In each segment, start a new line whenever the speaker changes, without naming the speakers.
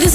this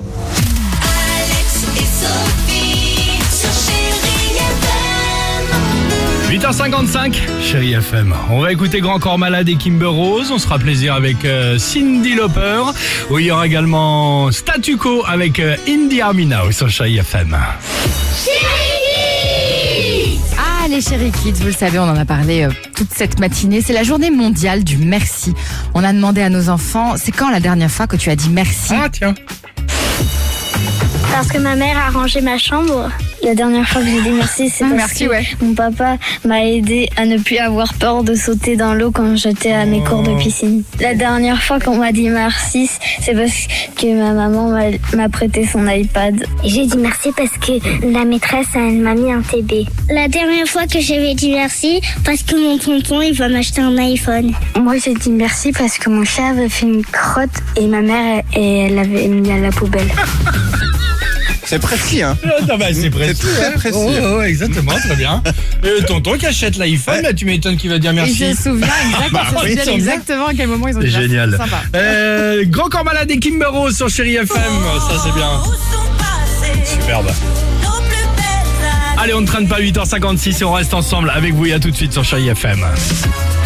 Alex et Sophie sur Chéri FM.
8h55, chérie FM. On va écouter Grand Corps Malade et Kimber Rose. On se fera plaisir avec euh, Cindy Lauper. Ou il y aura également Statu Quo avec euh, Indy Army Now sur chérie FM.
Ah, les chéri kids, vous le savez, on en a parlé euh, toute cette matinée. C'est la journée mondiale du merci. On a demandé à nos enfants, c'est quand la dernière fois que tu as dit merci
Ah, tiens.
Parce que ma mère a rangé ma chambre. La dernière fois que j'ai dit Ah, merci, c'est parce
merci,
que
ouais.
mon papa m'a aidé à ne plus avoir peur de sauter dans l'eau quand j'étais à mes cours de piscine. La dernière fois qu'on m'a dit merci, c'est parce que ma maman m'a- m'a prêté son iPad.
J'ai dit merci parce que la maîtresse, elle m'a mis un TB. La dernière fois que j'avais dit merci, parce que mon tonton, il va m'acheter un iPhone.
Moi, j'ai dit merci parce que mon chat avait fait une crotte et ma mère, elle l'avait mis à la poubelle.
c'est précis, hein
Ah, bah, c'est précis.
C'est très
hein.
précis.
Oh, oh, exactement, très bien. Et tonton qui achète l'iPhone, là, tu m'étonnes qu'il va dire
Ils
merci.
se souviennent exactement,
Bah
ils se
oui,
souviennent
sûrement.
exactement à quel moment ils ont
C'est
dit merci.
génial.
Sympa.
Euh, Grand Corps Malade et Kimber Rose sur chérie FM. Oh, Ça, c'est bien.
Où sont passées
Superbe.
nos plus belles années
Allez, on ne traîne pas 8h56 et on reste ensemble avec vous et à tout de suite sur Chérie FM. Ah.